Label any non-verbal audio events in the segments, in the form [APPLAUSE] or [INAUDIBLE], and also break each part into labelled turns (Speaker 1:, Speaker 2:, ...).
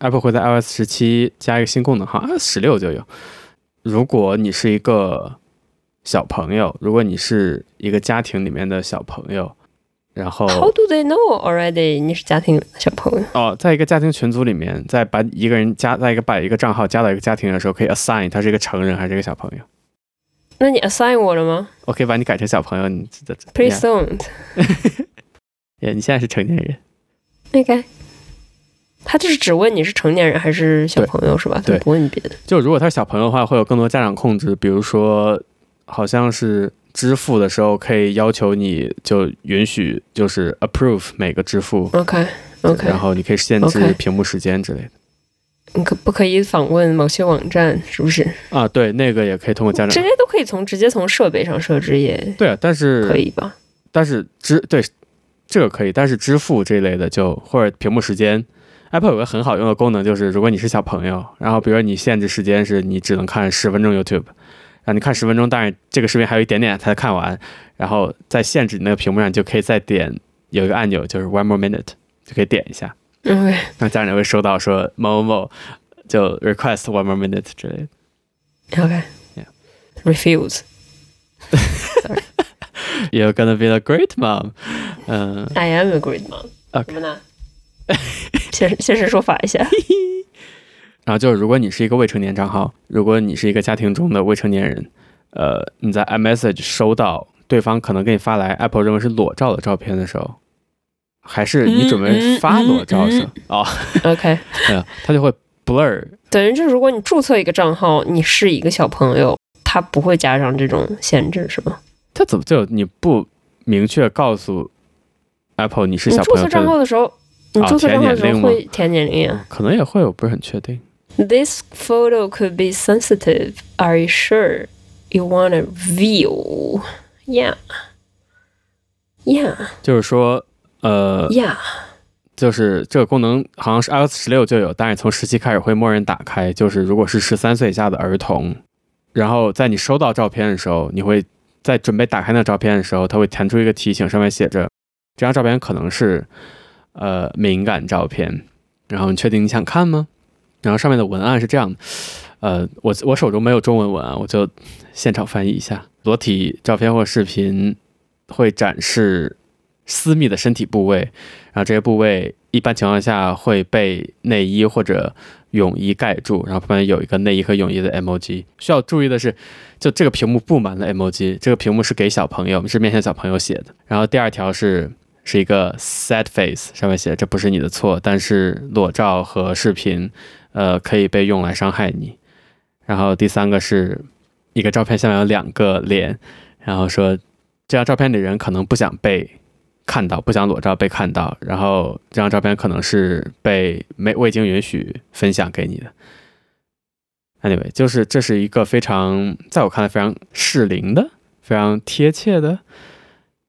Speaker 1: Apple 会在 iOS 十七加一个新功能，好像十六就有。如果你是一个小朋友，如果你是一个家庭里面的小朋友，然后
Speaker 2: How do they know already？你是家庭里面的小朋友，
Speaker 1: 哦，在一个家庭群组里面，在把一个人加，在一个把一个账号加到一个家庭的时候，可以 assign 他是一个成人还是一个小朋友。
Speaker 2: 那你 assign 我了吗
Speaker 1: 我可以把你改成小朋友，你这这
Speaker 2: ？Please don't。
Speaker 1: [LAUGHS] 也你现在是成年人，
Speaker 2: OK，他就是只问你是成年人还是小朋友是吧？他
Speaker 1: 对
Speaker 2: 不问你别的。
Speaker 1: 就如果他是小朋友的话，会有更多家长控制，比如说，好像是支付的时候可以要求你就允许就是 approve 每个支付
Speaker 2: OK OK，
Speaker 1: 然后你可以限
Speaker 2: OK
Speaker 1: 制屏幕时间之类的。
Speaker 2: 你可不可以访问某些网站？是不是？
Speaker 1: 啊，对，那个也可以通过家
Speaker 2: 这
Speaker 1: 长。
Speaker 2: 些都可以从直接从设备上设置，也
Speaker 1: 对啊，但
Speaker 2: 可
Speaker 1: 是
Speaker 2: 以吧？
Speaker 1: 但是支对这个可以，但是支付这一类的就或者屏幕时间，Apple 有个很好用的功能，就是如果你是小朋友，然后比如说你限制时间是你只能看十分钟 YouTube，然后你看十分钟，但是这个视频还有一点点才看完，然后在限制你那个屏幕上就可以再点有一个按钮，就是 One More Minute，就可以点一下，
Speaker 2: OK，
Speaker 1: 那家长会收到说某某某就 request One More Minute 之类的。
Speaker 2: OK。
Speaker 1: Yeah.
Speaker 2: Refuse.
Speaker 1: You're gonna be a great mom，嗯、 [LAUGHS]
Speaker 2: I am a great mom.
Speaker 1: OK
Speaker 2: 什么呢？现实现实说法一
Speaker 1: [LAUGHS]
Speaker 2: 下。
Speaker 1: 然后就是，如果你是一个未成年账号，如果你是一个家庭中的未成年人，呃，你在 iMessage 收到对方可能给你发来 Apple 认为是裸照的照片的时候，还是
Speaker 2: 嗯
Speaker 1: 你准备发裸照的时候，哦， [LAUGHS]
Speaker 2: OK，
Speaker 1: 没有，它就会 blur，
Speaker 2: 等于就是如果你注册一个账号，你是一个小朋友，他不会加上这种限制，是吗？
Speaker 1: 它怎么就你不明确告诉 Apple 你是
Speaker 2: 你
Speaker 1: 小
Speaker 2: 注
Speaker 1: 朋友啊
Speaker 2: 册账
Speaker 1: 这，
Speaker 2: 号的时候，你注册账号的时候会填年龄呀。
Speaker 1: 可能也会，我不是很确定。
Speaker 2: This photo could be sensitive. Are you sure you want to view? Yeah. Yeah.
Speaker 1: 就是说，呃，
Speaker 2: Yeah.
Speaker 1: 就是这个功能好像是 iOS 十六就有，但是从十七开始会默认打开。就是如果是十三岁以下的儿童，然后在你收到照片的时候，你会在准备打开那照片的时候，它会弹出一个提醒，上面写着这张照片可能是呃敏感照片，然后你确定你想看吗？然后上面的文案是这样的，呃，我我手中没有中文文案，我就现场翻译一下：裸体照片或视频会展示私密的身体部位，然后这些部位一般情况下会被内衣或者泳衣盖住，然后旁边有一个内衣和泳衣的 emoji。需要注意的是，就这个屏幕布满了 emoji，这个屏幕是给小朋友，是面向小朋友写的。然后第二条是是一个 sad face，上面写着这不是你的错，但是裸照和视频，呃，可以被用来伤害你。然后第三个是一个照片下面有两个脸，然后说这张照片里人可能不想被看到，不想裸照被看到，然后这张照片可能是被没未经允许分享给你的。Anyway，就是这是一个非常在我看来非常适龄的、非常贴切的、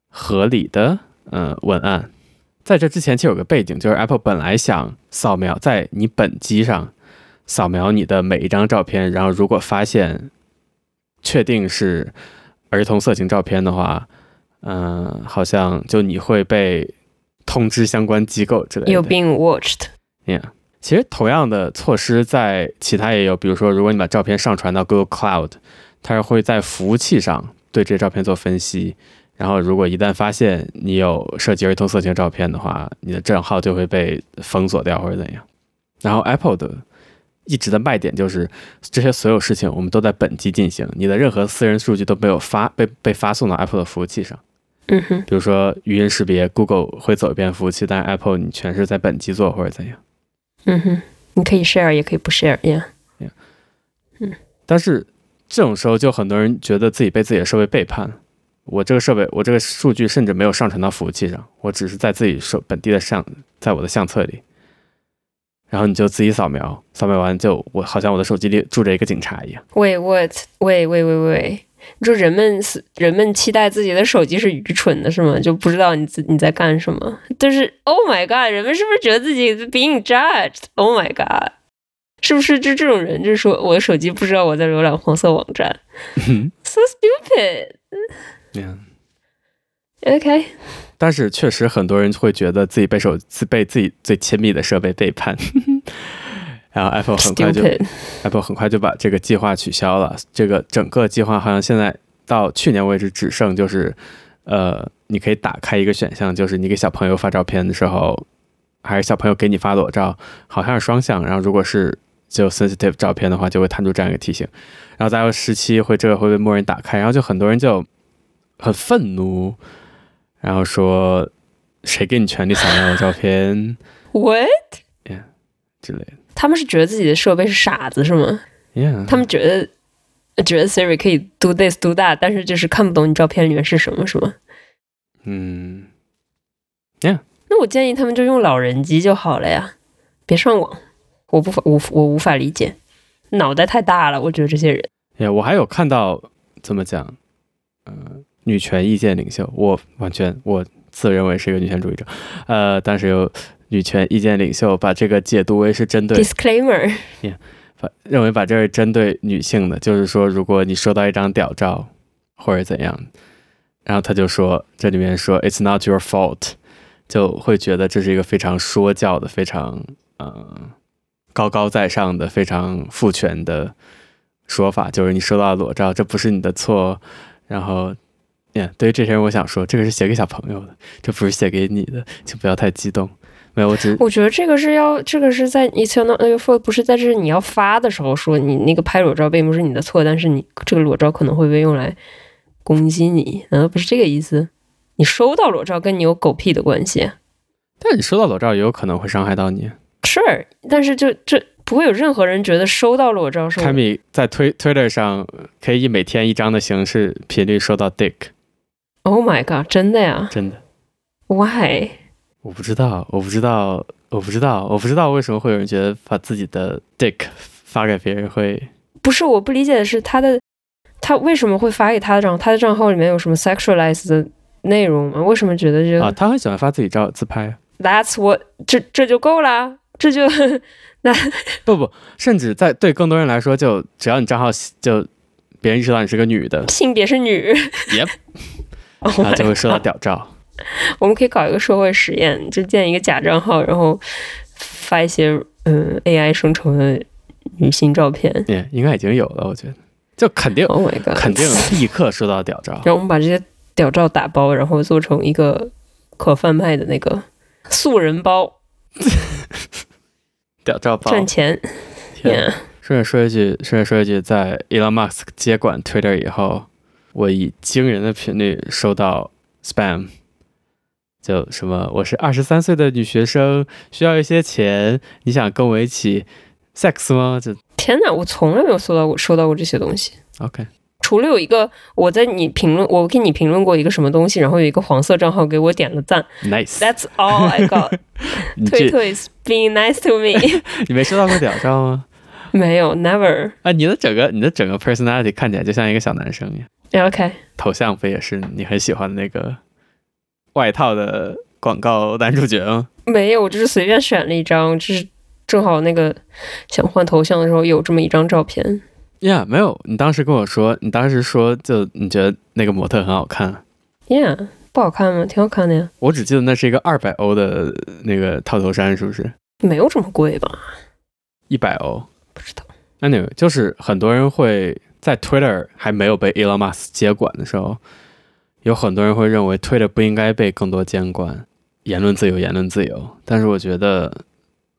Speaker 1: 合理的呃文案。在这之前，其实有个背景，就是 Apple 本来想扫描在你本机上扫描你的每一张照片，然后如果发现确定是儿童色情照片的话，嗯、好像就你会被通知相关机构之类的。
Speaker 2: You're being watched.
Speaker 1: Yeah，其实同样的措施在其他也有，比如说，如果你把照片上传到 Google Cloud，它是会在服务器上对这些照片做分析，然后如果一旦发现你有涉及儿童色情照片的话，你的账号就会被封锁掉或者怎样。然后 Apple 的一直的卖点就是这些所有事情我们都在本机进行，你的任何私人数据都没有发被被发送到 Apple 的服务器上。
Speaker 2: 嗯哼。
Speaker 1: 比如说语音识别，Google 会走一遍服务器，但是 Apple 你全是在本机做或者怎样。
Speaker 2: 嗯哼。你可以 share 也可以不 share。Yeah.
Speaker 1: 但是这种时候，就很多人觉得自己被自己的设备背叛。我这个设备，我这个数据甚至没有上传到服务器上，我只是在自己手本地的相，在我的相册里。然后你就自己扫描，扫描完就我好像我的手机里住着一个警察一样。
Speaker 2: Wait. What? Wait. Wait. Wait. Wait. 你说人们是人们期待自己的手机是愚蠢的，是吗？就不知道你自你在干什么。就是 Oh my God，人们是不是觉得自己 being judged？Oh Oh my God，是不是就这种人，就是说我的手机不知道我在浏览黄色网站，so stupid。
Speaker 1: 嗯
Speaker 2: OK，
Speaker 1: 但是确实很多人会觉得自己被手自被自己最亲密的设备背叛。然后 Apple 哦很快就
Speaker 2: stupid。
Speaker 1: Apple 很快就把这个计划取消了。这个整个计划好像现在到去年为止只剩就是，呃，你可以打开一个选项，就是你给小朋友发照片的时候，还是小朋友给你发裸照，好像是双向。然后如果是就 sensitive 照片的话，就会弹出这样一个提醒。然后在 iOS 十七会这个会被默认打开，然后就很多人就很愤怒，然后说谁给你权利想要我照片
Speaker 2: What？
Speaker 1: 之类的。
Speaker 2: 他们是觉得自己的设备是傻子是吗？
Speaker 1: 嗯 Yeah，
Speaker 2: [LAUGHS] 他们觉得觉得 Siri 可以 do this do that，但是就是看不懂你照片里面是什么，是吗？
Speaker 1: 嗯。
Speaker 2: 那我建议他们就用老人机就好了呀，别上网。我不法，我我无法理解，脑袋太大了。我觉得这些人
Speaker 1: 哎呀，我还有看到怎么讲，呃，女权意见领袖，我完全我自认为是一个女权主义者，呃，但是有女权意见领袖把这个解读为是针对，
Speaker 2: disclaimer
Speaker 1: 把认为把这是针对女性的，就是说如果你收到一张屌照或者怎样，然后他就说这里面说 it's not your fault，就会觉得这是一个非常说教的、非常呃高高在上的、非常父权的说法，就是你收到裸照，这不是你的错。然后，呀，对于这些人，我想说，这个是写给小朋友的，这不是写给你的，请不要太激动。没有，我只
Speaker 2: 我觉得这个是要，这个是在 it's not your fault，不是在这是你要发的时候说你那个拍裸照并不是你的错，但是你这个裸照可能会被用来攻击你，难道不是这个意思？你收到裸照跟你有狗屁的关系啊
Speaker 1: 但你收到裸照也有可能会伤害到你。
Speaker 2: ？Sure，但是就这不会有任何人觉得收到裸照是我
Speaker 1: 凯米在推 Twitter 上可以以每天一张的形式频率收到 dick，
Speaker 2: Oh my god，真的呀
Speaker 1: 真的，
Speaker 2: ？Why？
Speaker 1: 我不知道，我不知道，我不知道，我不知道为什么会有人觉得把自己的 dick 发给别人会，
Speaker 2: 不是我不理解的是他的他为什么会发给他的账号？他的账号里面有什么 sexualized 的内容吗？为什么觉得这个、
Speaker 1: 啊，他很喜欢发自己照自拍，
Speaker 2: That's what 这这就够啦？这就，
Speaker 1: 不不，甚至在对更多人来说，就只要你账号就别人意识到你是个女的
Speaker 2: 性别是女。
Speaker 1: Yep
Speaker 2: [LAUGHS] Oh
Speaker 1: 然后
Speaker 2: my
Speaker 1: 就会收到
Speaker 2: God
Speaker 1: 屌照，
Speaker 2: 我们可以搞一个社会实验，就建一个假账号，然后发一些嗯 AI 生成的女性照片。
Speaker 1: 也、应该已经有了，我觉得，就肯定
Speaker 2: Oh my god！
Speaker 1: 肯定立刻收到屌照，
Speaker 2: 然后我们把这些屌照打包，然后做成一个可贩卖的那个素人包，
Speaker 1: 屌照包，
Speaker 2: 赚钱。
Speaker 1: 天哪
Speaker 2: Yeah，
Speaker 1: 顺便说一句，顺便说一句，在 Elon Musk 接管 Twitter 以后，我以惊人的频率收到 spam，就什么我是二十三岁的女学生，需要一些钱，你想跟我一起 sex 吗？就
Speaker 2: 天哪！我从来没有收到过收到过这些东西。
Speaker 1: OK，
Speaker 2: 除了有一个我在你评论，我给你评论过一个什么东西，然后有一个黄色账号给我点了赞
Speaker 1: nice，
Speaker 2: ，That's all I got 。
Speaker 1: [LAUGHS] 你
Speaker 2: 推
Speaker 1: 这
Speaker 2: 推 is being nice to
Speaker 1: [LAUGHS]
Speaker 2: me，
Speaker 1: 你没收到过屌照吗？
Speaker 2: 没有，never。 [LAUGHS]
Speaker 1: 啊，你的整个你的整个 personality 看起来就像一个小男生一样，
Speaker 2: OK，
Speaker 1: 头像不也是你很喜欢的那个外套的广告男主角吗？
Speaker 2: 没有，我就是随便选了一张，就是正好那个想换头像的时候有这么一张照片。
Speaker 1: 呀没有，你当时跟我说，你当时说就你觉得那个模特很好看，
Speaker 2: Yeah，不好看吗？挺好看的呀，
Speaker 1: 我只记得那是一个二百欧的那个套头衫，是不是？
Speaker 2: 没有这么贵吧？
Speaker 1: 一百欧
Speaker 2: 不知道。
Speaker 1: ，anyway，就是很多人会在 Twitter 还没有被 Elon Musk 接管的时候，有很多人会认为 Twitter 不应该被更多监管，言论自由，言论自由。但是我觉得，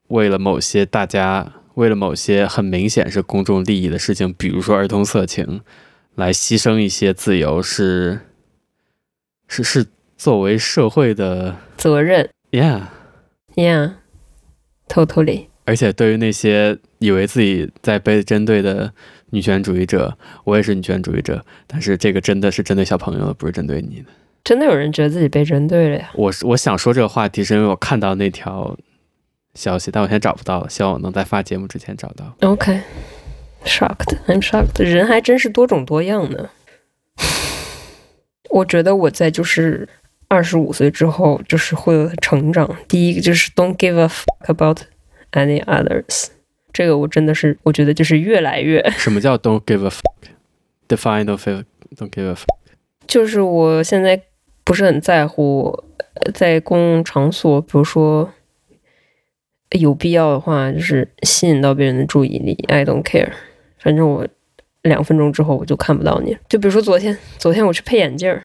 Speaker 1: 为了某些大家，为了某些很明显是公众利益的事情，比如说儿童色情，来牺牲一些自由是，是是作为社会的
Speaker 2: 责任
Speaker 1: ，yeah。
Speaker 2: ，Yeah，totally。
Speaker 1: 而且对于那些以为自己在被针对的女权主义者，我也是女权主义者，但是这个真的是针对小朋友的，不是针对你的。
Speaker 2: 真的有人觉得自己被针对了呀？
Speaker 1: 我是我想说这个话题，是因为我看到那条消息，但我现在找不到了，希望我能在发节目之前找到。
Speaker 2: OK。Shocked, I'm shocked。人还真是多种多样呢。我觉得我在就是二十五岁之后，就是会有成长。第一个就是 Don't give a fuck about any others。这个我真的是，我觉得就是越来越，
Speaker 1: 什么叫 don't give a fuck？Define don't give a- don't give a fuck。
Speaker 2: 就是我现在不是很在乎呃在公共场所，比如说有必要的话，就是吸引到别人的注意力。I don't care，反正我两分钟之后我就看不到你了。就比如说昨天，昨天我去配眼镜儿，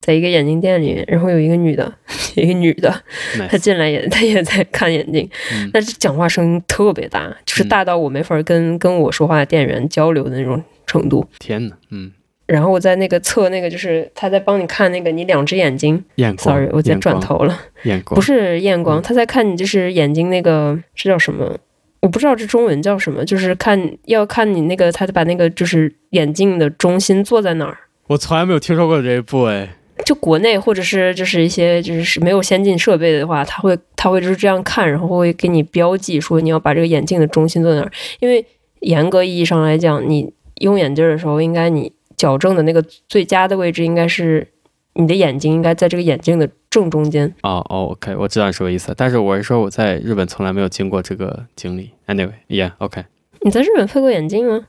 Speaker 2: 在一个眼镜店里面，然后有一个女的， [LAUGHS] 有一个女的，
Speaker 1: Nice
Speaker 2: 她进来也她也在看眼镜，
Speaker 1: 嗯
Speaker 2: 但是讲话声音特别大，就是大到我没法跟跟我说话的店员交流的那种程度。
Speaker 1: 天哪，嗯，
Speaker 2: 然后我在那个测那个，就是他在帮你看那个你两只眼睛。
Speaker 1: 验光
Speaker 2: Sorry，我在转，头了。
Speaker 1: 验光，
Speaker 2: 不是验光，
Speaker 1: 嗯
Speaker 2: 他在看你就是眼睛那个，这叫什么？我不知道这中文叫什么，就是看要看你那个，他把那个就是眼镜的中心坐在哪儿。
Speaker 1: 我从来没有听说过这一步哎，
Speaker 2: 就国内或者是就是一些就是没有先进设备的话，他会他会就是这样看，然后会给你标记说你要把这个眼镜的中心坐在哪儿。因为严格意义上来讲，你用眼镜的时候，应该你矫正的那个最佳的位置应该是你的眼睛应该在这个眼镜的正中间。
Speaker 1: 哦哦，OK，我知道你什么意思，但是我是说我在日本从来没有经过这个经历。Anyway，yeah，OK，、
Speaker 2: 你在日本配过眼镜吗？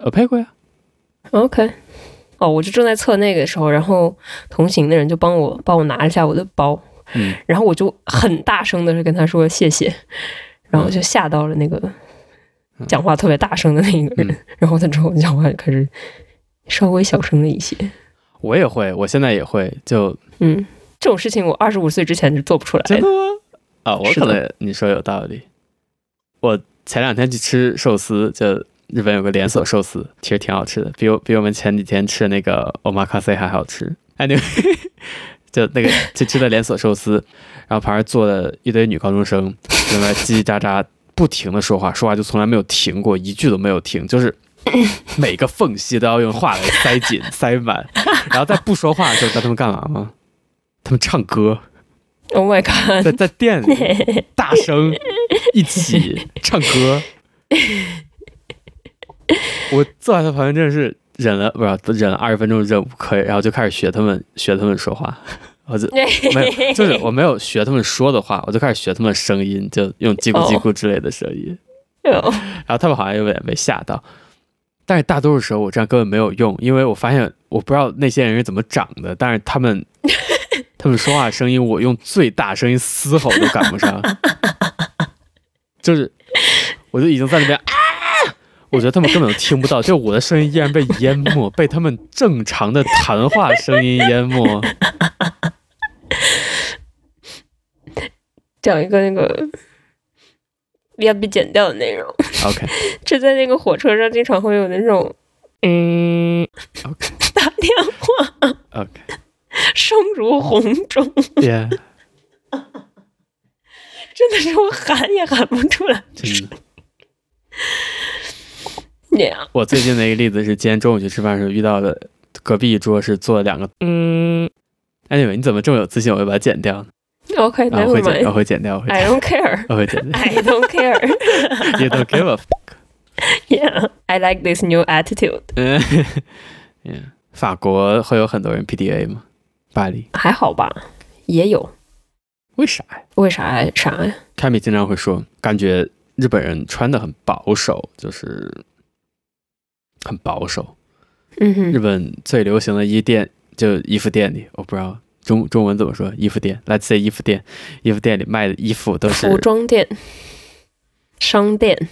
Speaker 1: 呃，配过呀，
Speaker 2: OK，哦，我就正在测那个时候，然后同行的人就帮我帮我拿了一下我的包，
Speaker 1: 嗯，
Speaker 2: 然后我就很大声的跟他说谢谢，然后就吓到了那个
Speaker 1: 嗯
Speaker 2: 讲话特别大声的那个人，
Speaker 1: 嗯
Speaker 2: 然后他之后讲话就开始稍微小声了一些，
Speaker 1: 我也会，我现在也会，就
Speaker 2: 嗯，这种事情我二十五岁之前是做不出来
Speaker 1: 真
Speaker 2: 的
Speaker 1: 的，吗？啊，我
Speaker 2: 是
Speaker 1: 可
Speaker 2: 的
Speaker 1: 能你说有道理。我前两天去吃寿司，就日本有个连锁寿司，其实挺好吃的，比我比我们前几天吃的那个 omakase 还好吃。Anyway，就 [LAUGHS] 那个去吃的连锁寿司，然后旁边坐了一堆女高中生，在那叽叽喳喳不停的说话，说话就从来没有停过，一句都没有停，就是每个缝隙都要用话来塞紧 [LAUGHS] 塞满，然后在不说话的时候，你知道他们干嘛吗？他们唱歌。
Speaker 2: Oh my
Speaker 1: 在
Speaker 2: god！ [LAUGHS]
Speaker 1: 在店里大声一起唱歌。我坐在他旁边真的是忍了，不是忍了二十分钟忍无可忍，然后就开始学他们学他们说话，我就没有，就是我没有学他们说的话，我就开始学他们的声音，就用叽咕叽咕之类的声音。
Speaker 2: 哦
Speaker 1: 然后他们好像有点被吓到。但是大多数时候我这样根本没有用，因为我发现我不知道那些人是怎么长的，但是他们 [LAUGHS] 他们说话声音，我用最大声音嘶吼都赶不上，就是我就已经在那边啊，我觉得他们根本听不到，就我的声音依然被淹没，被他们正常的谈话声音淹没。
Speaker 2: 讲一个那个要被剪掉的内容。
Speaker 1: OK
Speaker 2: 这在那个火车上经常会有那种，嗯，
Speaker 1: OK
Speaker 2: 打电话
Speaker 1: OK
Speaker 2: 声如洪钟，
Speaker 1: Yeah，
Speaker 2: 真的是我喊也喊不出来。
Speaker 1: 真的。
Speaker 2: Yeah，
Speaker 1: 我最近的一个例子是，今天中午去吃饭的时候遇到的，隔壁一桌是坐了两个
Speaker 2: 嗯
Speaker 1: Anyway，你怎么这么有自信？我会把它剪掉呢。啊，我
Speaker 2: ，OK，never
Speaker 1: 会剪，我
Speaker 2: mind。
Speaker 1: 会剪掉，我会剪
Speaker 2: I
Speaker 1: 掉，
Speaker 2: don't
Speaker 1: [LAUGHS]
Speaker 2: care.
Speaker 1: 我会剪掉。
Speaker 2: I don't care. [LAUGHS]
Speaker 1: You don't give a f
Speaker 2: Yeah, I like this new attitude.
Speaker 1: 嗯 [LAUGHS] yeah 法国会有很多人 PDA 吗？巴黎
Speaker 2: 还好吧，也有。
Speaker 1: 为啥呀？
Speaker 2: 为啥呀？啥呀？
Speaker 1: 凯米经常会说，感觉日本人穿的很保守，就是很保守。
Speaker 2: 嗯
Speaker 1: 日
Speaker 2: 哼，
Speaker 1: 本最流行的衣店就衣服店里，我不知道中中文怎么说，衣服店，Let's say 衣服店，衣服店里卖的衣服都是
Speaker 2: 服装店、商店，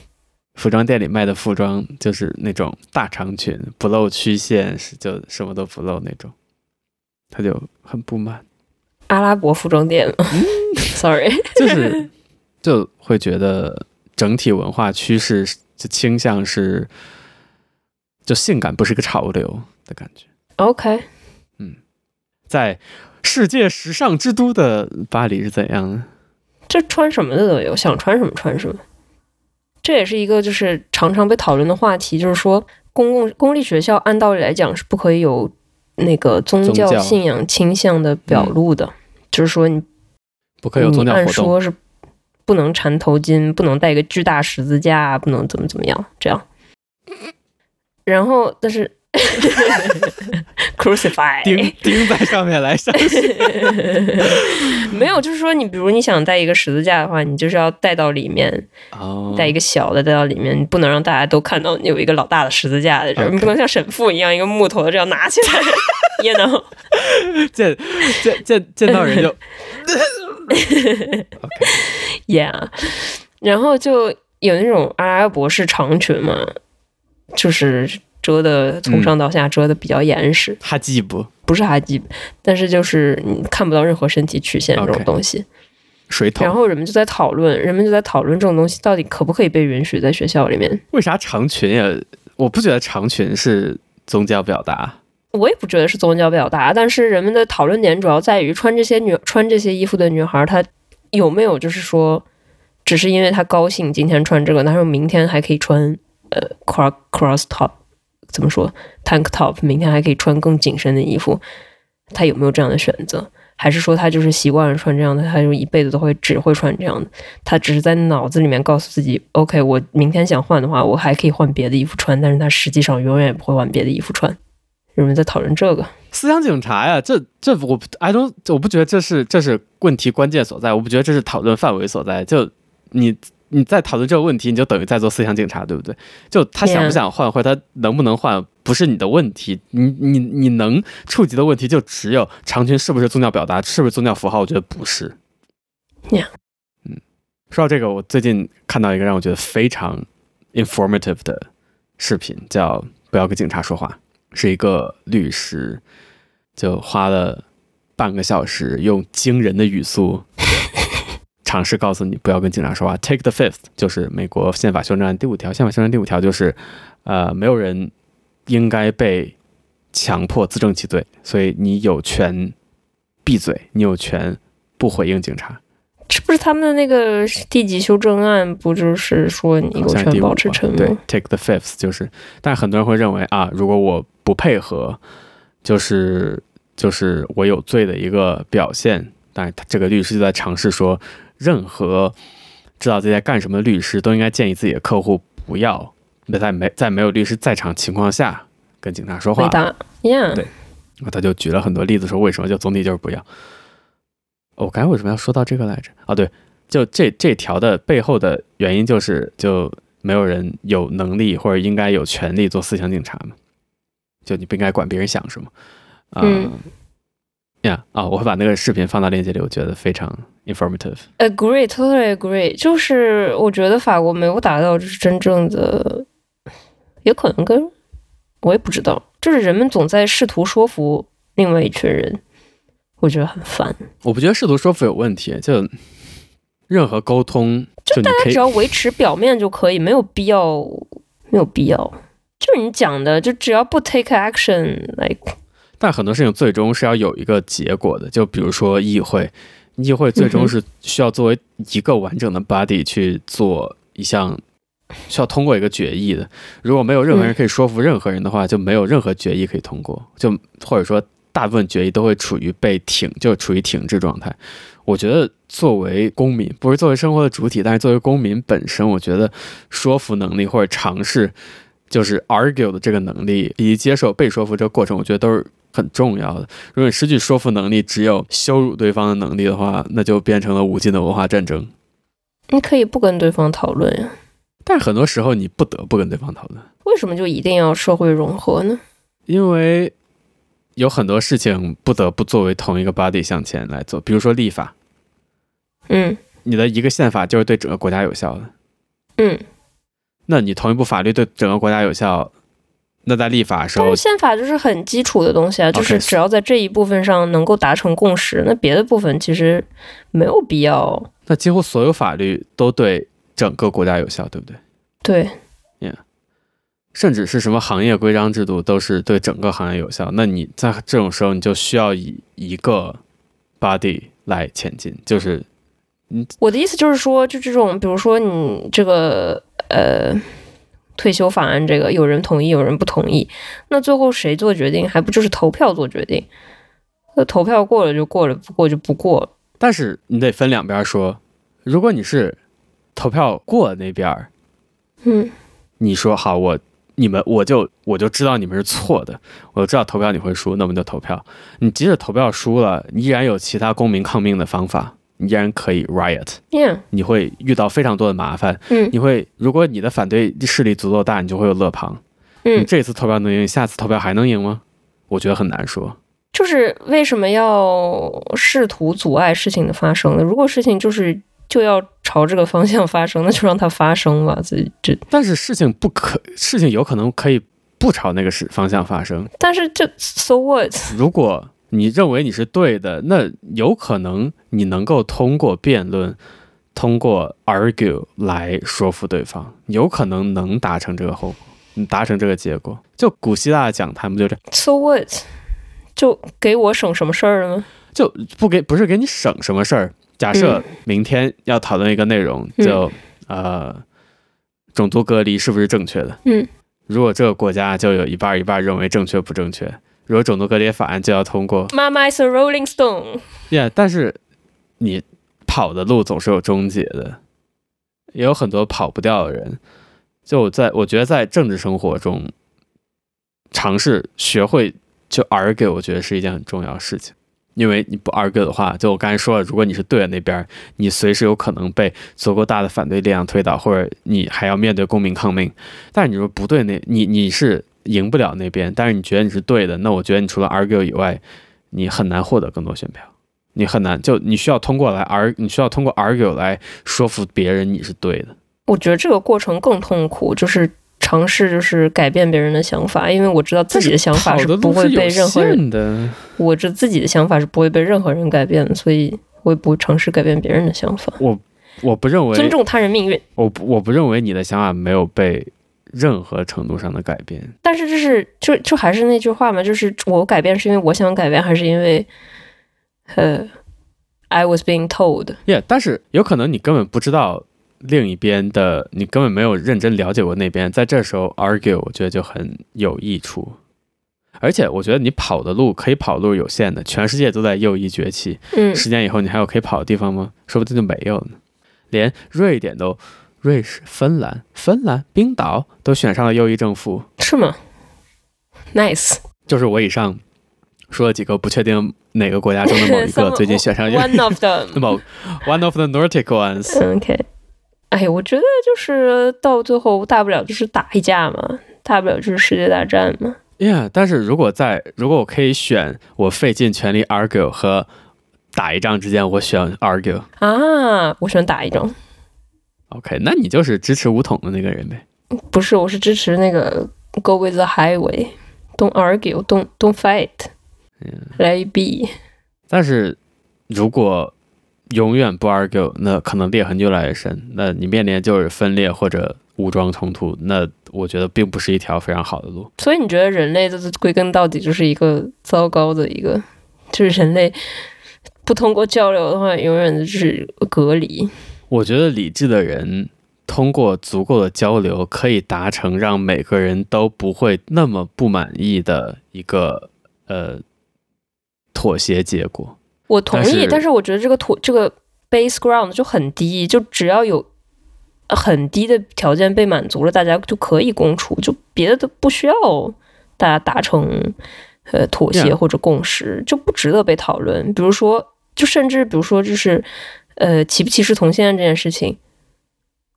Speaker 1: 服装店里卖的服装就是那种大长裙，不露曲线，是就什么都不露那种，他就很不满，
Speaker 2: 阿拉伯服装店。Sorry， [LAUGHS]
Speaker 1: 就是 [LAUGHS] 就会觉得整体文化趋势是就倾向是，就性感不是个潮流的感觉，
Speaker 2: OK，
Speaker 1: 在世界时尚之都的巴黎是怎样呢？
Speaker 2: 这穿什么的都有，想穿什么穿什么。这也是一个就是常常被讨论的话题，就是说公共公立学校按道理来讲是不可以有那个宗
Speaker 1: 宗
Speaker 2: 教
Speaker 1: 教嗯
Speaker 2: 信仰倾向的表露的，就是说你
Speaker 1: 不可以有宗
Speaker 2: 你
Speaker 1: 教
Speaker 2: 按
Speaker 1: 活动，
Speaker 2: 嗯说是不能缠头巾，不能带一个巨大十字架，不能怎么怎么样这样。然后但
Speaker 1: [LAUGHS]
Speaker 2: 是 [LAUGHS] crucify
Speaker 1: [LAUGHS] 钉钉在上面来上学
Speaker 2: 没有，就是说你比如你想带一个十字架的话，你就是要带到里面，
Speaker 1: 哦，
Speaker 2: 带一个小的带到里面，你不能让大家都看到你有一个老大的十字架在这儿，
Speaker 1: OK
Speaker 2: 你不能像神父一样一个木头这样拿起来 [LAUGHS] ，you know？
Speaker 1: 见见见见到人就
Speaker 2: Yeah，然后就有那种阿拉伯式长裙嘛，就是遮的从上到下遮的比较严实，
Speaker 1: 哈基布
Speaker 2: 不是哈基，但是就是你看不到任何身体曲线这种
Speaker 1: OK
Speaker 2: 东西。
Speaker 1: 水
Speaker 2: 然
Speaker 1: 桶，
Speaker 2: 后人们就在讨论，人们就在讨论这种东西到底可不可以被允许在学校里面。
Speaker 1: 为啥长裙也？我不觉得长裙是宗教表达。
Speaker 2: 我也不觉得是宗教表达，但是人们的讨论点主要在于穿这些女穿这些衣服的女孩，她有没有就是说，只是因为她高兴今天穿这个，但是明天还可以穿呃 cross cross top，怎么说 tank top，明天还可以穿更紧身的衣服，她有没有这样的选择？还是说她就是习惯了穿这样的，她就一辈子都会只会穿这样的？她只是在脑子里面告诉自己，OK，我明天想换的话，我还可以换别的衣服穿，但是她实际上永远也不会换别的衣服穿。人们在讨论这个。
Speaker 1: 思想警察呀，这这我 I don't 我不觉得这是这是问题关键所在，我不觉得这是讨论范围所在。就你你在讨论这个问题，你就等于在做思想警察，对不对？就他想
Speaker 2: Yeah
Speaker 1: 不想换或者他能不能换，不是你的问题。你你你能触及的问题就只有长裙是不是宗教表达，是不是宗教符号？我觉得不是。
Speaker 2: Yeah
Speaker 1: 嗯，说到这个，我最近看到一个让我觉得非常 informative 的视频，叫《不要跟警察说话》，是一个律师。就花了半个小时，用惊人的语速尝试告诉你不要跟警察说话。Take the fifth 就是美国宪法修正案第五条。宪法修正案第五条就是，呃，没有人应该被强迫自证其罪，所以你有权闭嘴，你有权不回应警察。
Speaker 2: 这不是他们的那个地级修正案，不就是说你有
Speaker 1: 好嗯像是
Speaker 2: 权
Speaker 1: 第五
Speaker 2: 保持
Speaker 1: 吧
Speaker 2: 沉
Speaker 1: 对
Speaker 2: 默？
Speaker 1: ，take the fifth 就是，但很多人会认为啊，如果我不配合，就是就是我有罪的一个表现。但是他这个律师就在尝试说，任何知道自己在干什么的律师都应该建议自己的客户不要在没在没有律师在场情况下跟警察说话
Speaker 2: 回。答，Yeah，
Speaker 1: 对然后他就举了很多例子，说为什么就总体就是不要。我、刚才为什么要说到这个来着？啊，对，就这这条的背后的原因就是，就没有人有能力或者应该有权利做思想警察嘛，就你不应该管别人想什么。啊、
Speaker 2: 嗯
Speaker 1: 呀啊！我会把那个视频放到链接里，我觉得非常 informative。
Speaker 2: ，Agree，totally agree。就是我觉得法国没有达到就是真正的，也可能跟我也不知道，就是人们总在试图说服另外一群人，我觉得很烦。
Speaker 1: 我不觉得试图说服有问题，就任何沟通，就你可
Speaker 2: 只
Speaker 1: 以
Speaker 2: 要维持表面就可以，没有必要，没有必要。就是你讲的，就只要不 take action，like。
Speaker 1: 但很多事情最终是要有一个结果的，就比如说议会，议会最终是需要作为一个完整的 body 去做一项，需要通过一个决议的。如果没有任何人
Speaker 2: 嗯
Speaker 1: 可以说服任何人的话，就没有任何决议可以通过，就或者说大部分决议都会处于被停，就处于停滞状态。我觉得作为公民，不是作为生活的主体，但是作为公民本身，我觉得说服能力或者尝试就是 argue 的这个能力，以及接受被说服这个过程，我觉得都是很重要的。如果你失去说服能力，只有羞辱对方的能力的话，那就变成了无尽的文化战争。
Speaker 2: 你可以不跟对方讨论呀，
Speaker 1: 但是很多时候你不得不跟对方讨论，
Speaker 2: 为什么就一定要社会融合呢？
Speaker 1: 因为有很多事情不得不作为同一个 body 向前来做，比如说立法，
Speaker 2: 嗯
Speaker 1: 你的一个宪法就是对整个国家有效的。
Speaker 2: 嗯，
Speaker 1: 那你同一部法律对整个国家有效，那在立法的时
Speaker 2: 但
Speaker 1: 候
Speaker 2: 是，宪法就是很基础的东西啊，就是
Speaker 1: 是
Speaker 2: 只要在这一部分上能够达成共识，那别的部分其实没有必要。
Speaker 1: 那几乎所有法律都对整个国家有效，对不对？
Speaker 2: 对，
Speaker 1: 甚至是什么行业规章制度都是对整个行业有效。那你在这种时候，你就需要以一个 body 来前进，就是
Speaker 2: 我的意思就是说，就这种，比如说你这个呃退休法案，这个有人同意，有人不同意，那最后谁做决定，还不就是投票做决定？那投票过了就过了，不过就不过了。
Speaker 1: 但是你得分两边儿说。如果你是投票过那边儿，
Speaker 2: 嗯，
Speaker 1: 你说好，我你们我就我就知道你们是错的，我就知道投票你会输，那我们就投票。你即使投票输了，你依然有其他公民抗命的方法，你依然可以 riot，
Speaker 2: yeah，
Speaker 1: 你会遇到非常多的麻烦。
Speaker 2: 嗯
Speaker 1: 你会如果你的反对势力足够大，你就会有乐旁。你
Speaker 2: 嗯，
Speaker 1: 这次投票能赢，下次投票还能赢吗？我觉得很难说。
Speaker 2: 就是为什么要试图阻碍事情的发生呢？如果事情就是就要朝这个方向发生，那就让它发生吧。这这，
Speaker 1: 但是事情不可，事情有可能可以不朝那个是方向发生。
Speaker 2: 但是这 so what？
Speaker 1: 如果你认为你是对的，那有可能你能够通过辩论、通过 argue 来说服对方，有可能能达成这个后果，嗯达成这个结果。就古希腊讲坛不就这样？
Speaker 2: So what？就给我省什么事儿了吗？
Speaker 1: 就不给不是给你省什么事儿。假设明天要讨论一个内容，
Speaker 2: 嗯
Speaker 1: 就呃种族隔离是不是正确的？
Speaker 2: 嗯，
Speaker 1: 如果这个国家就有一半儿一半儿认为正确不正确，如果种族隔离法案就要通过，
Speaker 2: 妈妈 is a Rolling Stone。
Speaker 1: 呀、但是你跑的路总是有终结的，也有很多跑不掉的人。就在我觉得在政治生活中，尝试学会就 argue，我觉得是一件很重要的事情。因为你不 argue 的话，就我刚才说了，如果你是对的那边儿，你随时有可能被足够大的反对力量推倒，或者你还要面对公民抗命。但你说不对那，你你是赢不了那边，但是你觉得你是对的，那我觉得你除了 argue 以外，你很难获得更多选票。你很难就你需要通过来 arg，你需要通过 argue 来说服别人你是对的。
Speaker 2: 我觉得这个过程更痛苦，就是尝试就是改变别人的想法，因为我知道自己的想法
Speaker 1: 跑的
Speaker 2: 不
Speaker 1: 路
Speaker 2: 会
Speaker 1: 是有
Speaker 2: 被任何人，
Speaker 1: 限的，
Speaker 2: 我这自己的想法是不会被任何人改变的，所以我也不会尝试改变别人的想法，
Speaker 1: 我不认为
Speaker 2: 尊重他人命运。
Speaker 1: 我不我不认为你的想法没有被任何程度上的改变。
Speaker 2: 但是这是就就还是那句话嘛，就是我改变是因为我想改变，还是因为呃，I was being told。
Speaker 1: yeah,，但是有可能你根本不知道另一边的，你根本没有认真了解过那边，在这时候 argue，我觉得就很有益处。而且我觉得你跑的路可以跑的路有限的，全世界都在右翼崛起， [LAUGHS]
Speaker 2: 嗯，
Speaker 1: 十年以后你还有可以跑的地方吗？说不定就没有了呢。连瑞典都，瑞士、芬兰、芬兰、冰岛都选上了右翼政府。
Speaker 2: 是吗？Nice。
Speaker 1: 就是我以上说了几个不确定哪个国家中的某一个
Speaker 2: Some-
Speaker 1: 最近选上右翼
Speaker 2: One of them。[LAUGHS]
Speaker 1: [LAUGHS] 某 one of the Nordic ones。
Speaker 2: OK，哎，我觉得就是到最后大不了就是打一架嘛，大不了就是世界大战嘛。
Speaker 1: Yeah，但是如果在如果我可以选，我费尽全力 argue 和打一仗之间，我选 argue。
Speaker 2: 啊，我喜欢打一仗，
Speaker 1: OK，那你就是支持武统的那个人呗。
Speaker 2: 不是，我是支持那个 Go with the highway，don't argue，don't don't fight，来一 B。
Speaker 1: 但是如果永远不 argue，那可能裂痕就越来越深。那你面临的就是分裂或者武装冲突，那我觉得并不是一条非常好的路。
Speaker 2: 所以你觉得人类就是归根到底就是一个糟糕的一个，就是人类不通过交流的话，永远就是隔离。
Speaker 1: 我觉得理智的人通过足够的交流，可以达成让每个人都不会那么不满意的一个呃妥协结果。
Speaker 2: 我同意，
Speaker 1: 但
Speaker 2: 但
Speaker 1: 是
Speaker 2: 是我觉得这个土这个 base ground 就很低，就只要有呃很低的条件被满足了，大家就可以共处，就别的都不需要大家达成呃妥协
Speaker 1: Yeah.
Speaker 2: 或者共识就不值得被讨论。比如说，就甚至比如说就是呃歧不歧视同性恋这件事情，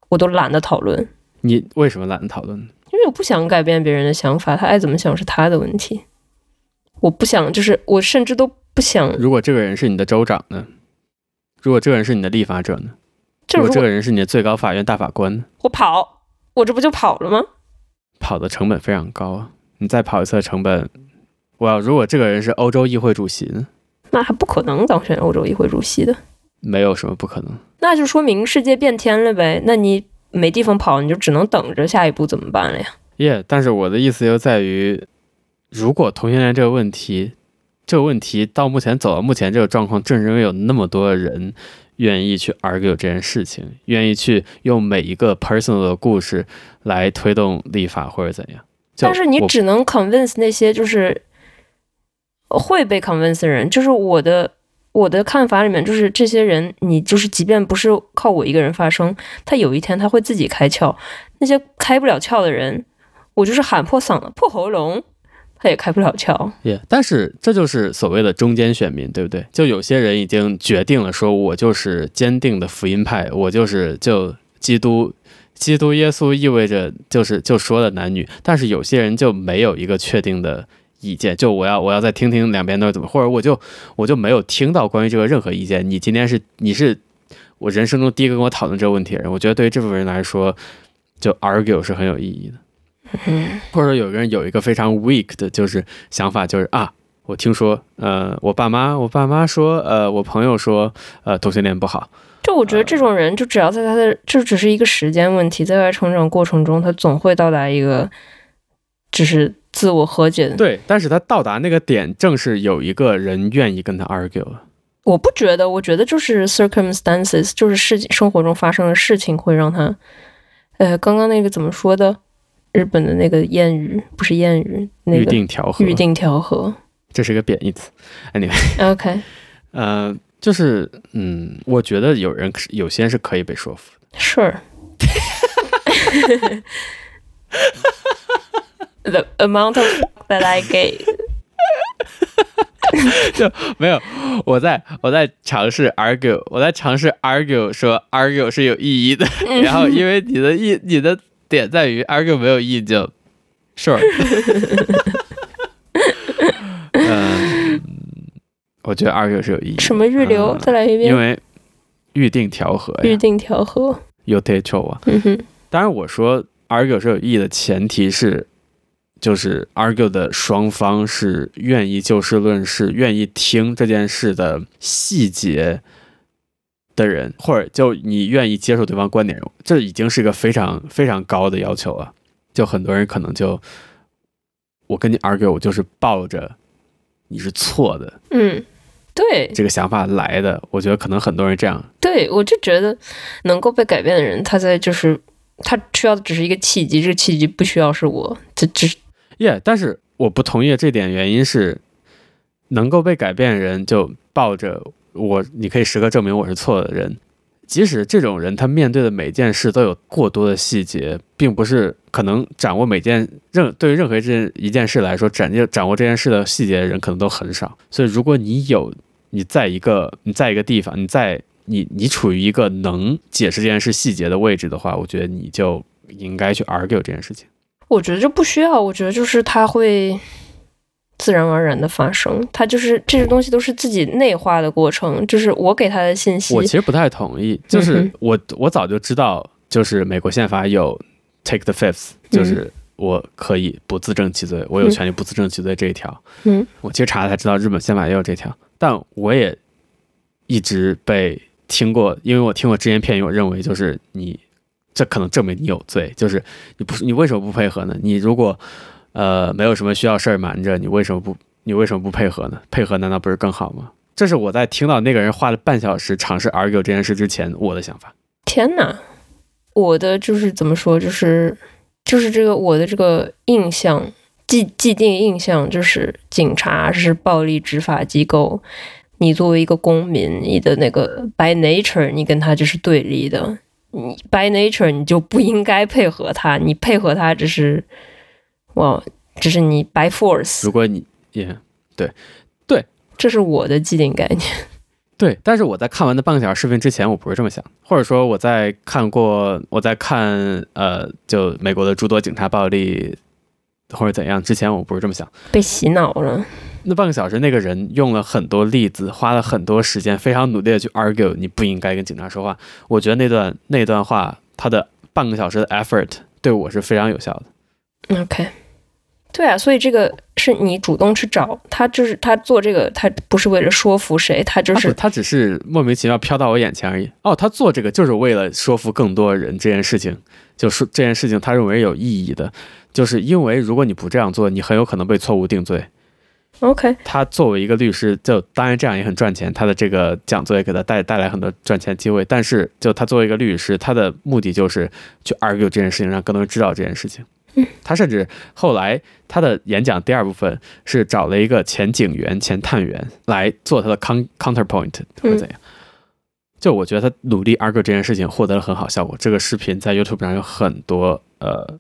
Speaker 2: 我都懒得讨论，
Speaker 1: 你为什么懒得讨论呢？
Speaker 2: 因为我不想改变别人的想法，他爱怎么想是他的问题，我不想就是我甚至都不想
Speaker 1: 如果这个人是你的州长呢？如果这个人是你的立法者呢？
Speaker 2: 就
Speaker 1: 如
Speaker 2: 是
Speaker 1: 果
Speaker 2: 如
Speaker 1: 这
Speaker 2: 果
Speaker 1: 个人是你的最高法院大法官呢？
Speaker 2: 我跑，我这不就跑了吗？
Speaker 1: 跑的成本非常高啊！你再跑一次的成本，哇！如果这个人是欧洲议会主席呢，
Speaker 2: 那还不可能当选欧洲议会主席的，
Speaker 1: 没有什么不可能。
Speaker 2: 那就说明世界变天了呗。那你没地方跑，你就只能等着下一步怎么办了呀？
Speaker 1: 耶、但是我的意思又在于，如果同性恋这个问题，这个问题到目前走到目前这个状况，正是因为有那么多人愿意去 argue 这件事情，愿意去用每一个 personal 的故事来推动立法或者怎样。就
Speaker 2: 但是你
Speaker 1: 我
Speaker 2: 只能 convince 那些就是会被 convince 的人，就是我的。我的看法里面就是这些人，你就是即便不是靠我一个人发声，他有一天他会自己开窍。那些开不了窍的人，我就是喊破嗓子、破喉咙，他也开不了窍。
Speaker 1: 也但是这就是所谓的中间选民，对不对？就有些人已经决定了，说我就是坚定的福音派，我就是就基督，基督耶稣意味着就是就说了男女，但是有些人就没有一个确定的意见，就我要我要再听听两边都是怎么，或者我就我就没有听到关于这个任何意见。你今天是你是我人生中第一个跟我讨论这个问题的人，我觉得对于这部分人来说，就 argue 是很有意义的。
Speaker 2: 嗯
Speaker 1: 或者说有个人有一个非常 weak 的，就是想法，就是啊，我听说，呃，我爸妈，我爸妈说，呃，我朋友说，呃，同性恋不好，
Speaker 2: 就我觉得
Speaker 1: 嗯
Speaker 2: 这种人，就只要在他的，就只是一个时间问题，在他成长过程中，他总会到达一个，就是自我和解的。
Speaker 1: 对，但是他到达那个点，正是有一个人愿意跟他 argue 了。
Speaker 2: 我不觉得，我觉得就是 circumstances，就是事情生活中发生的事情会让他，呃，刚刚那个怎么说的？日本的那个谚语不是谚语，那
Speaker 1: 预
Speaker 2: 个
Speaker 1: 定调和，
Speaker 2: 预定调和。
Speaker 1: 这是一个贬义词。
Speaker 2: OK，
Speaker 1: 呃，就是，嗯，我觉得有人是有些人是可以被说服的。 [LAUGHS]
Speaker 2: Sure. the amount of fuck that I gave.
Speaker 1: 没有，我在我在尝试 argue，我在尝试 argue 说 argue 是有
Speaker 2: [LAUGHS]
Speaker 1: 意义的。 [LAUGHS] 然后因为你的意你的点在于 argue 没有意义就
Speaker 2: [LAUGHS]
Speaker 1: sure。嗯，我觉得 argue 是有意义的。
Speaker 2: 什么预留？
Speaker 1: 嗯
Speaker 2: 再来一
Speaker 1: 因
Speaker 2: 遍。
Speaker 1: 为预定调和
Speaker 2: 预
Speaker 1: 呀，
Speaker 2: 定调和。
Speaker 1: 有 t a c h o 啊。
Speaker 2: 嗯哼，
Speaker 1: 当然，我说 argue 是有意义的前提是，就是 argue 的双方是愿意就事论事、愿意听这件事的细节的人，或者就你愿意接受对方观点，这已经是一个非常非常高的要求了。就很多人可能就，我跟你 argue，我就是抱着你是错的
Speaker 2: 嗯，对
Speaker 1: 这个想法来的。我觉得可能很多人这样，
Speaker 2: 对，我就觉得能够被改变的人，他在就是他需要的只是一个契机，这个契机不需要是我，这只是
Speaker 1: 耶但是我不同意这点，原因是能够被改变的人就抱着我，你可以时刻证明我是错的人。即使这种人，他面对的每件事都有过多的细节，并不是可能掌握每件任对于任何一件一件事来说，掌握掌握这件事的细节的人可能都很少。所以，如果你有你在一个你在一个地方，你在你你处于一个能解释这件事细节的位置的话，我觉得你就应该去 argue 这件事情。
Speaker 2: 我觉得这不需要，我觉得就是他会自然而然的发生，他就是这些东西都是自己内化的过程，就是我给他的信息
Speaker 1: 我，其实不太同意，就
Speaker 2: 嗯
Speaker 1: 是
Speaker 2: 哼
Speaker 1: 我我早就知道，就是美国宪法有 take the fifth，就是
Speaker 2: 嗯
Speaker 1: 我可以不自证其罪，我有权利不自证其罪这一条。
Speaker 2: 嗯，
Speaker 1: 我其实查了才知道，日本宪法也有这条，但我也一直被听过，因为我听过只言片语，我认为就是你这可能证明你有罪，就是你不是你为什么不配合呢？你如果呃没有什么需要事儿瞒着，你为什么不你为什么不配合呢？配合难道不是更好吗？这是我在听到那个人花了半小时尝试 argue 这件事之前我的想法。
Speaker 2: 天呐，我的就是怎么说，就是就是这个我的这个印象既既定印象就是警察是暴力执法机构，你作为一个公民，你的那个 by nature 你跟他就是对立的，你 by nature 你就不应该配合他，你配合他只是哇，只是你 by force，
Speaker 1: 如果你也
Speaker 2: 这是我的既定概念。
Speaker 1: 对，但是我在看完那半个小时视频之前，我不是这么想，或者说我在看过我在看呃，就美国的诸多警察暴力或者怎样之前，我不是这么想。
Speaker 2: 被洗脑了，
Speaker 1: 那半个小时，那个人用了很多例子，花了很多时间，非常努力的去 argue 你不应该跟警察说话。我觉得那段那段话，他的半个小时的 effort 对我是非常有效的。
Speaker 2: OK，对啊，所以这个是你主动去找他，就是他做这个，他不是为了说服谁，他就
Speaker 1: 他
Speaker 2: 是
Speaker 1: 不他只是莫名其妙飘到我眼前而已。哦，他做这个就是为了说服更多人这件事情，就是这件事情他认为有意义的，就是因为如果你不这样做，你很有可能被错误定罪。
Speaker 2: OK，
Speaker 1: 他作为一个律师，就当然这样也很赚钱，他的这个讲座也给他带带来很多赚钱机会。但是，就他作为一个律师，他的目的就是去 argue 这件事情，让更多人知道这件事情。他甚至后来他的演讲第二部分是找了一个前警员、前探员来做他的 con counterpoint 或者怎样。就我觉得他努力 argue 这件事情获得了很好效果。这个视频在 YouTube 上有很多呃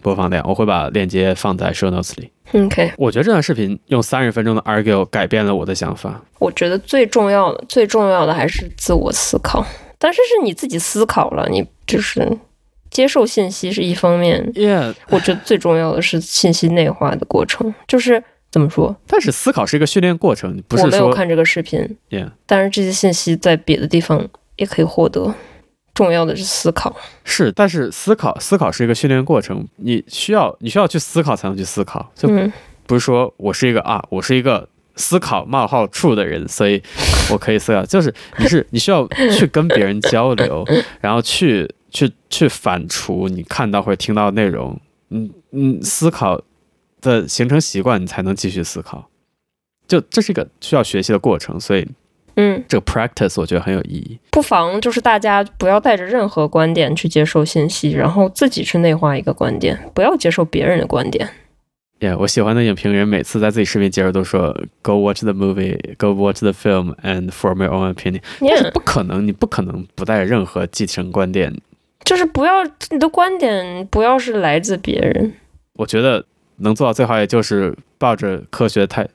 Speaker 1: 播放量，我会把链接放在 show notes 里。
Speaker 2: 嗯 OK，
Speaker 1: 我觉得这段视频用三十分钟的 argue 改变了我的想法。
Speaker 2: 我觉得最重要的、最重要的还是自我思考，但是是你自己思考了，你就是接受信息是一方面，
Speaker 1: 耶，
Speaker 2: 我觉得最重要的是信息内化的过程，就是怎么说，
Speaker 1: 但是思考是一个训练过程，不
Speaker 2: 我
Speaker 1: 是
Speaker 2: 没有
Speaker 1: 说
Speaker 2: 看这个视频，
Speaker 1: 耶
Speaker 2: 但是这些信息在别的地方也可以获得。重要的是思考，
Speaker 1: 是，但是思考思考是一个训练过程，你需要你需要去思考才能去思考，就
Speaker 2: 嗯，
Speaker 1: 不是说我是一个啊，我是一个思考冒号处的人，所以我可以思考，就是你是你需要去跟别人交流，然后去去去反刍你看到或者听到的内容，嗯嗯，思考的形成习惯，你才能继续思考。就这是一个需要学习的过程，所以
Speaker 2: 嗯，
Speaker 1: 这个 practice 我觉得很有意义。
Speaker 2: 不妨就是大家不要带着任何观点去接受信
Speaker 1: 嗯
Speaker 2: 息，然后自己去内化一个观点，不要接受别人的观点。
Speaker 1: Yeah，我喜欢的影评人每次在自己视频结束都说 “Go watch the movie, go watch the film, and form your own opinion”，但是
Speaker 2: Yeah，
Speaker 1: 不可能，你不可能不带任何继承观点。
Speaker 2: 就是不要你的观点不要是来自别人。
Speaker 1: 我觉得能做到最好，也就是抱着科学态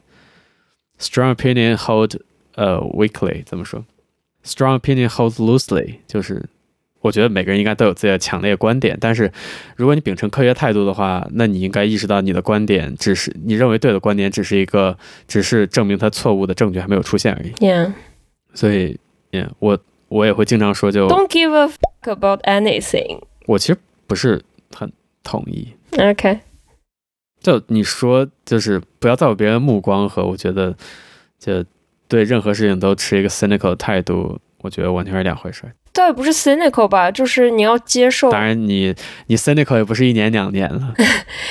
Speaker 1: ，strong opinion hold 呃 weakly 怎么说？strong opinion hold loosely，就是我觉得每个人应该都有自己的强烈观点，但是如果你秉承科学态度的话，那你应该意识到你的观点只是你认为对的观点，只是一个只是证明它错误的证据还没有出现而已。
Speaker 2: Yeah，don't
Speaker 1: 所以，嗯，我我也会经常说就，
Speaker 2: give a f about anything。
Speaker 1: 我其实不是很同意。
Speaker 2: OK，
Speaker 1: 就你说，就是不要在乎别人的目光和我觉得，就对任何事情都持一个 cynical 的态度，我觉得完全是两回事儿。
Speaker 2: 倒也不是 cynical 吧，就是你要接受，
Speaker 1: 当然你，你 cynical 也不是一年两年了，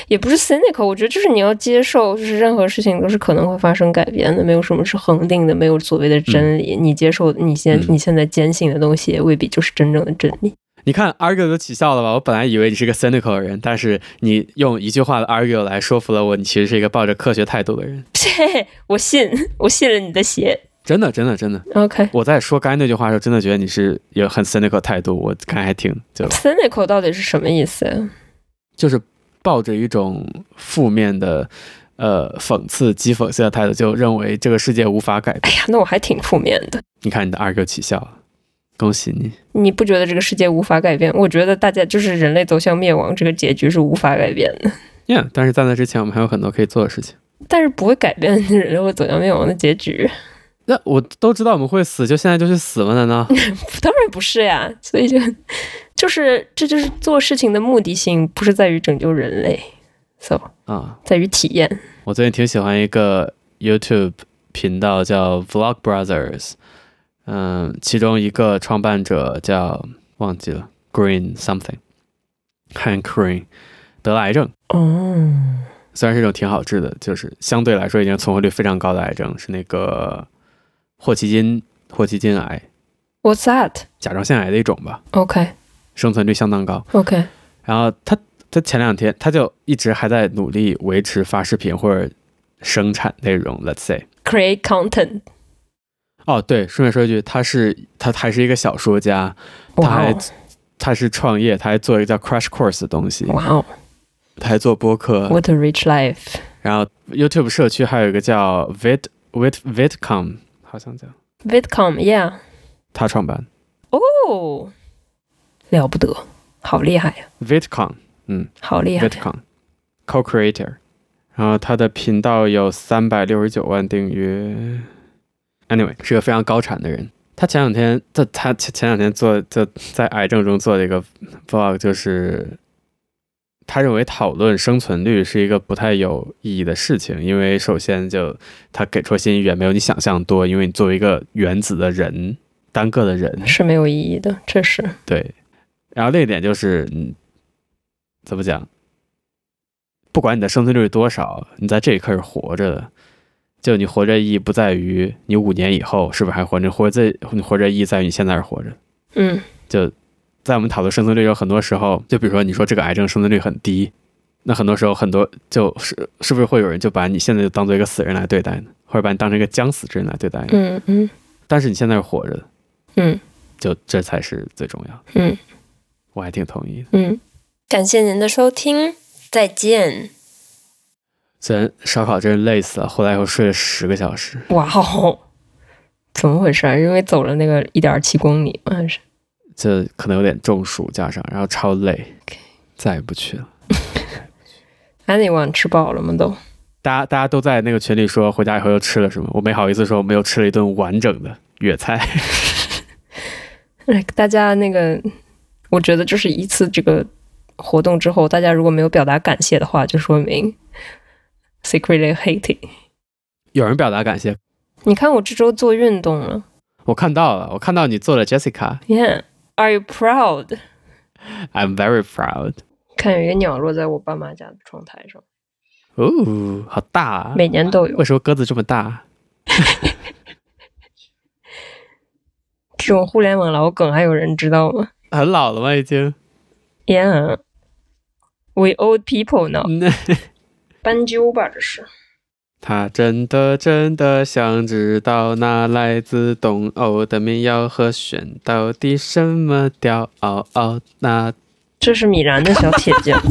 Speaker 2: 也不是 cynical，我觉得就是你要接受，就是任何事情都是可能会发生改变的，没有什么是恒定的，没有所谓的真理。你接受你现、
Speaker 1: 嗯
Speaker 2: 你现在坚信的东西，也未必就是真正的真理。
Speaker 1: 你看 argue 都起效了吧？我本来以为你是个 cynical 的人，但是你用一句话的 argue 来说服了我，你其实是一个抱着科学态度的人。
Speaker 2: 嘿， [LAUGHS] 我信，我信了你的邪。
Speaker 1: 真的，真的，真的，
Speaker 2: OK，cynical、
Speaker 1: 我在说刚才那句话的时候，真的觉得你是有很 cynical 态度。我刚才还挺就
Speaker 2: cynical 到底是什么意思？
Speaker 1: 就是抱着一种负面的呃讽刺、讥讽性的态度，就认为这个世界无法改
Speaker 2: 哎
Speaker 1: 变。
Speaker 2: 呀，那我还挺负面的。
Speaker 1: 你看你的二哥起效了，恭喜你！
Speaker 2: 你不觉得这个世界无法改变？我觉得大家就是人类走向灭亡这个结局是无法改变的，
Speaker 1: Yeah，但是在那之前，我们还有很多可以做的事情。
Speaker 2: 但是不会改变人类会走向灭亡的结局。
Speaker 1: 那我都知道我们会死，就现在就去死了呢？
Speaker 2: 当然不是呀，所以就 [LAUGHS] 就是这就是做事情的目的性，不是在于拯救人类，so
Speaker 1: 啊，
Speaker 2: 在于体验。
Speaker 1: 我最近挺喜欢一个 YouTube 频道叫 Vlog Brothers，嗯，其中一个创办者叫忘记了 Green something Hank Green 得了癌症，
Speaker 2: 哦，
Speaker 1: 虽然是一种挺好治的，就是相对来说已经存活率非常高的癌症，是那个霍奇金霍奇金癌，
Speaker 2: What's that?
Speaker 1: 甲状腺癌的一种吧，
Speaker 2: OK
Speaker 1: 生存率相当高。
Speaker 2: OK，
Speaker 1: 然后他他前两天他就一直还在努力维持发视频或者生产内容，let's say。
Speaker 2: create content。
Speaker 1: 哦，对，顺便说一句，他是他还是一个小说家，他
Speaker 2: 哇
Speaker 1: 还
Speaker 2: 哦，
Speaker 1: 他是创业，他还做一个叫 Crash Course 的东西，
Speaker 2: 哇哦
Speaker 1: 他还做播客，
Speaker 2: ，What a rich life！
Speaker 1: 然后 YouTube 社区还有一个叫 Vit Vit Vitcom，好像叫
Speaker 2: Vidcom，yeah，
Speaker 1: 他创办
Speaker 2: 哦，了不得，好厉害呀，
Speaker 1: Vitcom
Speaker 2: 好厉害呀
Speaker 1: Vitcom co-creator，然后他的频道有三百六十九万订阅。Anyway，是个非常高产的人。他前两天，他他前前两天做就在癌症中做了一个 vlog，就是他认为讨论生存率是一个不太有意义的事情，因为首先就他给出的信息远没有你想象多，因为你作为一个原子的人，单个的人，
Speaker 2: 是没有意义的，这是
Speaker 1: 对，然后另一点就是，嗯，怎么讲？不管你的生存率是多少，你在这一刻是活着的。就你活着意义不在于你五年以后是不是还活着，你活着你活着意义在于你现在是活着。
Speaker 2: 嗯
Speaker 1: 在我们讨论生存率有很多时候，就比如说你说这个癌症生存率很低，那很多时候很多就是是不是会有人就把你现在就当做一个死人来对待呢，或者把你当成一个将死之人来对待呢？
Speaker 2: 嗯嗯
Speaker 1: 但是你现在是活着的，
Speaker 2: 嗯
Speaker 1: 就这才是最重要的。
Speaker 2: 嗯
Speaker 1: 我还挺同意的。
Speaker 2: 嗯，感谢您的收听，再见。
Speaker 1: 虽然烧烤真是累死了，回来以后睡了十个小时。
Speaker 2: 哇哦，怎么回事儿？因为走了那个一点儿七公里嘛，还是
Speaker 1: 这可能有点中暑加上，然后超累
Speaker 2: OK
Speaker 1: 再也不去了。
Speaker 2: anyone 吃饱了吗？都
Speaker 1: 大家大家都在那个群里说回家以后又吃了什么，我没好意思说我们又吃了一顿完整的粤菜。
Speaker 2: 哎，大家那个，我觉得就是一次这个活动之后，大家如果没有表达感谢的话，就说明 secretly hating。
Speaker 1: [LAUGHS] 有人表达感谢，
Speaker 2: 你看我这周做运动了
Speaker 1: 我看到了，我看到你做了 Jessica，I'm
Speaker 2: ，Yeah，Are you proud？
Speaker 1: very proud。
Speaker 2: 看有一个鸟落在我爸妈家的窗台上，
Speaker 1: 哦，好大啊！
Speaker 2: 每年都有
Speaker 1: 为什么鸽子这么大？
Speaker 2: 这种互联网老梗，还有人知道吗
Speaker 1: 很老了吗？已经？ [LAUGHS]
Speaker 2: ？Yeah，we old people now，
Speaker 1: 那
Speaker 2: 斑鸠吧这是。
Speaker 1: 他真的真的想知道那来自东欧的民谣和弦到底什么调？哦哦，那
Speaker 2: 这是米兰的小铁匠。 [LAUGHS]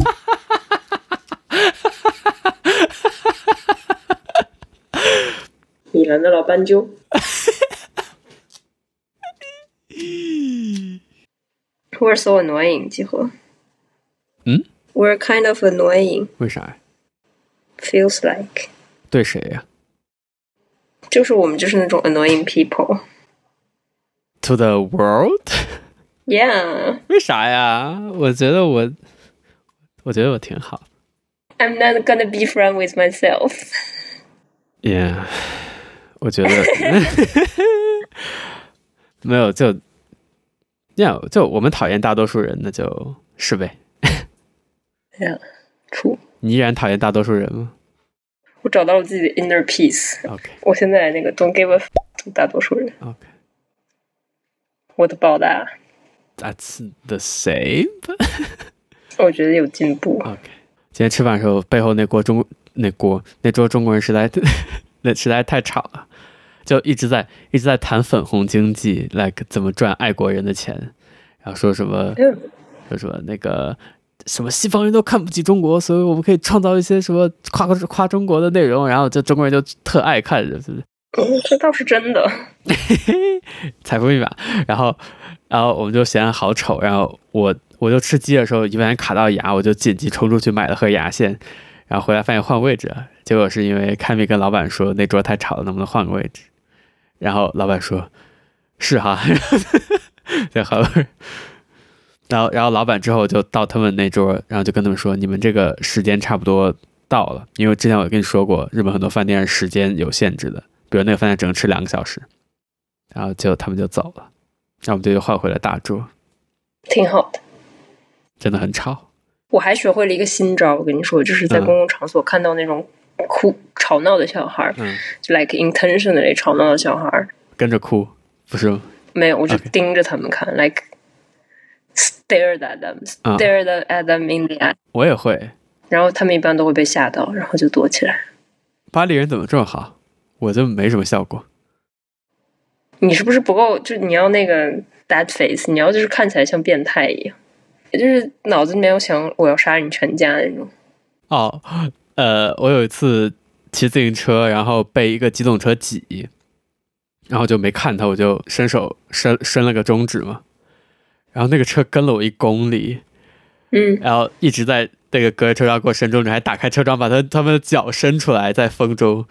Speaker 2: 米兰的老斑
Speaker 1: [LAUGHS]
Speaker 2: 鸠。We're so annoying，集合。
Speaker 1: 嗯
Speaker 2: ？We're kind of annoying.
Speaker 1: 为啥呀？
Speaker 2: Feels like，
Speaker 1: 对谁呀
Speaker 2: 就是我们就是那种 annoying people。
Speaker 1: ？To the world？
Speaker 2: Yeah,
Speaker 1: [LAUGHS] 为啥呀？我觉得我，我觉得我挺好。
Speaker 2: I'm not gonna be friend with myself.
Speaker 1: Yeah，我觉得 [LAUGHS] 没有就，Yeah，就我们讨厌大多数人，那就是呗。
Speaker 2: Yeah，出，
Speaker 1: 你依然讨厌大多数人吗
Speaker 2: 我找到了自己的 inner peace。
Speaker 1: ？OK
Speaker 2: 我现在那个 don't give a f- 大多数人，
Speaker 1: OK。
Speaker 2: 我的报答，
Speaker 1: That's the same.
Speaker 2: 我觉得有进步。
Speaker 1: OK，今天吃饭的时候，背后那锅中那锅那桌中国人实在 [LAUGHS] 那实在太吵了，就一直在一直在谈粉红经济，like 怎么赚爱国人的钱，然后说什么
Speaker 2: 嗯
Speaker 1: 说什么那个什么西方人都看不起中国，所以我们可以创造一些什么夸夸中国的内容，然后就中国人就特爱看，就是
Speaker 2: 嗯这倒是真的。
Speaker 1: 财富密码，然后，然后我们就嫌好丑，然后我我就吃鸡的时候一不小心卡到牙，我就紧急冲出去买了盒牙线，然后回来发现换位置了，结果是因为凯米跟老板说那桌太吵了，能不能换个位置？然后老板说，是哈， [LAUGHS] 对，好，然后然后老板之后就到他们那桌，然后就跟他们说，你们这个时间差不多到了，因为之前我跟你说过，日本很多饭店是时间有限制的，比如那个饭店只能吃两个小时。然后结果他们就走了，然后我们就又换回了大桌，
Speaker 2: 挺好的。
Speaker 1: 真的很吵。
Speaker 2: 我还学会了一个新招，我跟你说，就是在
Speaker 1: 嗯
Speaker 2: 公共场所看到那种哭吵闹的小孩儿
Speaker 1: 嗯，
Speaker 2: 就，like intentionally 吵闹的小孩儿，
Speaker 1: 跟着哭，不是吗？
Speaker 2: 没有，我就
Speaker 1: OK
Speaker 2: 盯着他们看，like stared at them,
Speaker 1: 嗯
Speaker 2: stared at them in the eye，、
Speaker 1: 我也会。
Speaker 2: 然后他们一般都会被吓到，然后就躲起来。
Speaker 1: 巴黎人怎么这么好？我就没什么效果。
Speaker 2: 你是不是不够？就你要那个 bad face，你要就是看起来像变态一样，也就是脑子里面有想我要杀你全家那种。
Speaker 1: 哦，呃，我有一次骑自行车，然后被一个机动车挤，然后就没看他，我就伸手伸伸了个中指嘛，然后那个车跟了我一公里，
Speaker 2: 嗯，
Speaker 1: 然后一直在那个隔着车窗给我伸中指，还打开车窗把他他们的脚伸出来在风中，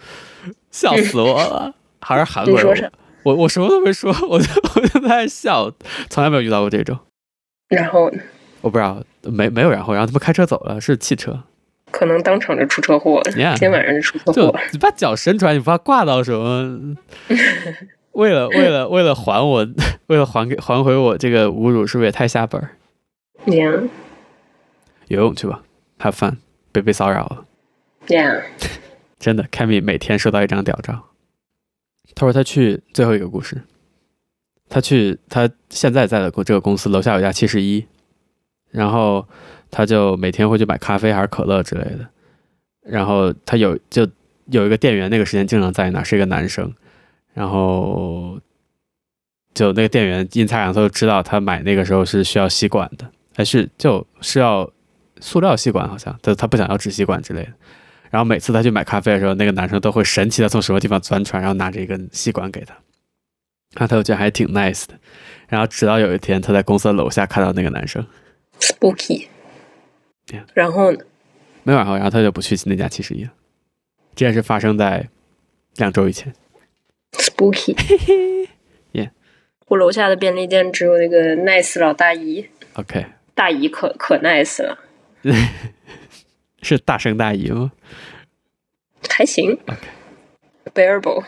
Speaker 1: 笑死我了，还是韩国
Speaker 2: 你说
Speaker 1: 人
Speaker 2: 啥。
Speaker 1: 我我什么都没说，我就 [LAUGHS] 我就在那笑，从来没有遇到过这种，
Speaker 2: 然后
Speaker 1: 我不知道没没有然后，然后他们开车走了，是汽车，
Speaker 2: 可能当场就出车祸了
Speaker 1: Yeah
Speaker 2: 今天晚上就出车祸
Speaker 1: 就
Speaker 2: 了。
Speaker 1: 你把脚伸出来，你怕挂到什么？为了为了为了还我， [LAUGHS] 为了还给还回我这个侮辱，是不是也太下本儿？
Speaker 2: Yeah,
Speaker 1: 游泳去吧，have fun，别被骚扰了。
Speaker 2: yeah，
Speaker 1: 真的，Kami 每天收到一张屌照。他说他去最后一个故事，他去他现在在的这个公司楼下有一家七十一，然后他就每天会去买咖啡还是可乐之类的。然后他有就有一个店员，那个时间经常在那，是一个男生。然后就那个店员阴差阳错知道他买那个时候是需要吸管的，还是就是要塑料吸管好像，他他不想要纸吸管之类的。然后每次他去买咖啡的时候，那个男生都会神奇的从什么地方钻出来，然后拿着一根吸管给他。然后他就觉得还挺 nice 的。然后直到有一天，他在公司的楼下看到那个男生，
Speaker 2: spooky。
Speaker 1: Yeah
Speaker 2: 然后呢？
Speaker 1: 没有然后，然后他就不去那家七十一了。这件事发生在两周以前。
Speaker 2: spooky。
Speaker 1: Yeah
Speaker 2: 我楼下的便利店只有那个 nice 老大姨，
Speaker 1: OK，
Speaker 2: 大姨可可 nice 了，
Speaker 1: 是大声大姨吗？
Speaker 2: 还行
Speaker 1: OK
Speaker 2: ，bearable。